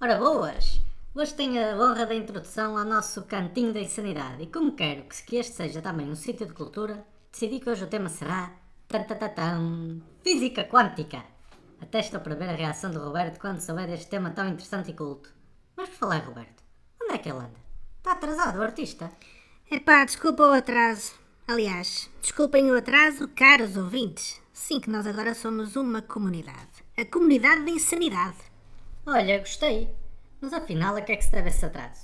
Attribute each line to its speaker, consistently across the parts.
Speaker 1: Ora boas! Hoje tenho a honra da introdução ao nosso cantinho da insanidade e como quero que que este seja também um sítio de cultura, decidi que hoje o tema será tantatatam, física quântica. Até estou para ver a reação do Roberto quando souber este tema tão interessante e culto. Mas por falar, Roberto, onde é que ele anda? Está atrasado o artista?
Speaker 2: Epá, desculpa o atraso. Aliás, desculpem o atraso, caros ouvintes. Sim, que nós agora somos uma comunidade. A comunidade da insanidade.
Speaker 1: Olha, gostei. Mas afinal, a que é que se deve esse atraso?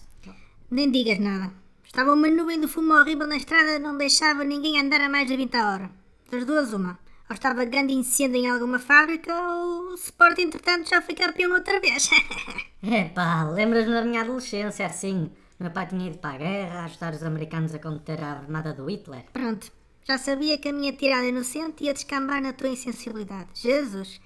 Speaker 2: Nem digas nada. Estava uma nuvem de fumo horrível na estrada, não deixava ninguém andar a mais de 20 a hora. Das duas, uma. Ou estava grande incêndio em alguma fábrica, ou o Sport, entretanto, já foi campeão outra vez.
Speaker 1: Epá, lembras-me da minha adolescência assim? Meu pai tinha ido para a guerra a ajudar os americanos a combater a armada do Hitler.
Speaker 2: Pronto, já sabia que a minha tirada é inocente ia descambar na tua insensibilidade. Jesus!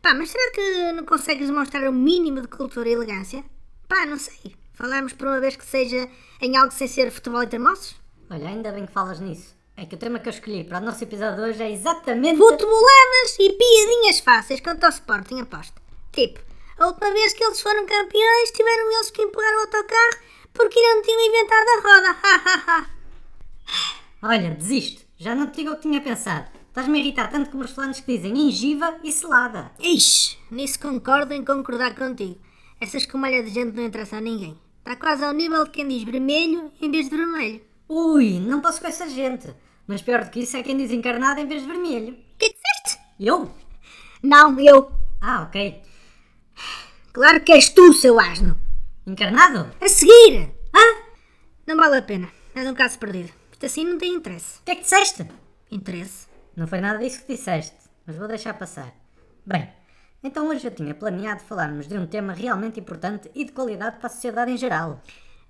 Speaker 2: Pá, mas será que não consegues mostrar o mínimo de cultura e elegância? Pá, não sei. Falarmos por uma vez que seja em algo sem ser futebol e termoços?
Speaker 1: Olha, ainda bem que falas nisso. É que o tema que eu escolhi para o nosso episódio de hoje é exatamente.
Speaker 2: Futeboladas e piadinhas fáceis quanto ao Sporting, aposto. Tipo, a última vez que eles foram campeões, tiveram eles que empurrar o autocarro porque ainda não tinham inventado a roda. Ha, ha, ha.
Speaker 1: Olha, desisto. Já não te digo o que tinha pensado. Estás-me a irritar tanto como os fulanos que dizem gengiva e selada.
Speaker 2: Ixi, nisso concordo em concordar contigo. Essas comalhas de gente não interessam a ninguém. Está quase ao nível de quem diz vermelho em vez de vermelho.
Speaker 1: Ui, não posso com essa gente. Mas pior do que isso é quem diz encarnado em vez de vermelho.
Speaker 2: O que é que disseste?
Speaker 1: Eu?
Speaker 2: Não, eu.
Speaker 1: Ah, ok.
Speaker 2: Claro que és tu, seu asno.
Speaker 1: Encarnado?
Speaker 2: A seguir!
Speaker 1: Ah?
Speaker 2: Não vale a pena. És um caso perdido. Isto assim não tem interesse.
Speaker 1: O que é que disseste?
Speaker 2: Interesse?
Speaker 1: Não foi nada disso que disseste, mas vou deixar passar. Bem, então hoje eu tinha planeado falarmos de um tema realmente importante e de qualidade para a sociedade em geral.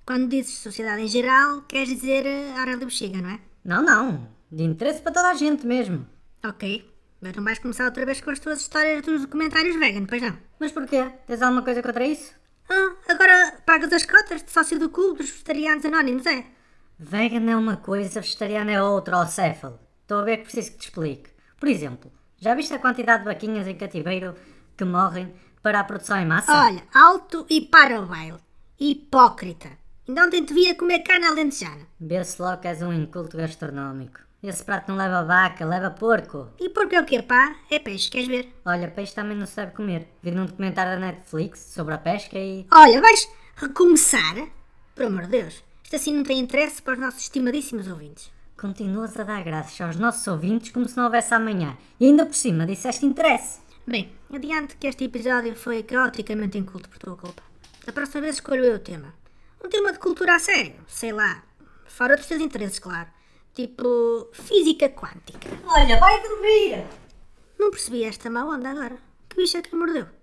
Speaker 2: Quando dizes sociedade em geral, queres dizer eh, Aurélio Bexiga, não é?
Speaker 1: Não, não. De interesse para toda a gente mesmo.
Speaker 2: Ok. Mas não vais começar outra vez com as tuas histórias dos documentários vegan, pois não?
Speaker 1: Mas porquê? Tens alguma coisa contra isso?
Speaker 2: Ah, agora pagas as cotas de sócio do clube dos vegetarianos anónimos, é?
Speaker 1: Vegan é uma coisa, vegetariano é outra, ó céfalo. Estou a ver que preciso que te explique. Por exemplo, já viste a quantidade de vaquinhas em cativeiro que morrem para a produção em massa?
Speaker 2: Olha, alto e para o baile. Hipócrita. Então Ainda ontem te via comer carne alentejana.
Speaker 1: Vê-se logo que és um inculto gastronómico. Esse prato não leva vaca, leva porco.
Speaker 2: E porque é o quê, pá? É peixe, queres ver?
Speaker 1: Olha, peixe também não se deve comer. Vi num documentário da Netflix sobre a pesca e.
Speaker 2: Olha, vais recomeçar? Por amor de Deus. Isto assim não tem interesse para os nossos estimadíssimos ouvintes.
Speaker 1: Continuas a dar graças aos nossos ouvintes como se não houvesse amanhã. E ainda por cima disseste interesse.
Speaker 2: Bem, adiante que este episódio foi caoticamente inculto por tua culpa. Da próxima vez escolho eu o tema. Um tema de cultura a sério, sei lá. Fora dos teus interesses, claro. Tipo, física quântica.
Speaker 1: Olha, vai dormir!
Speaker 2: Não percebi esta má onda agora. Que bicho é que mordeu?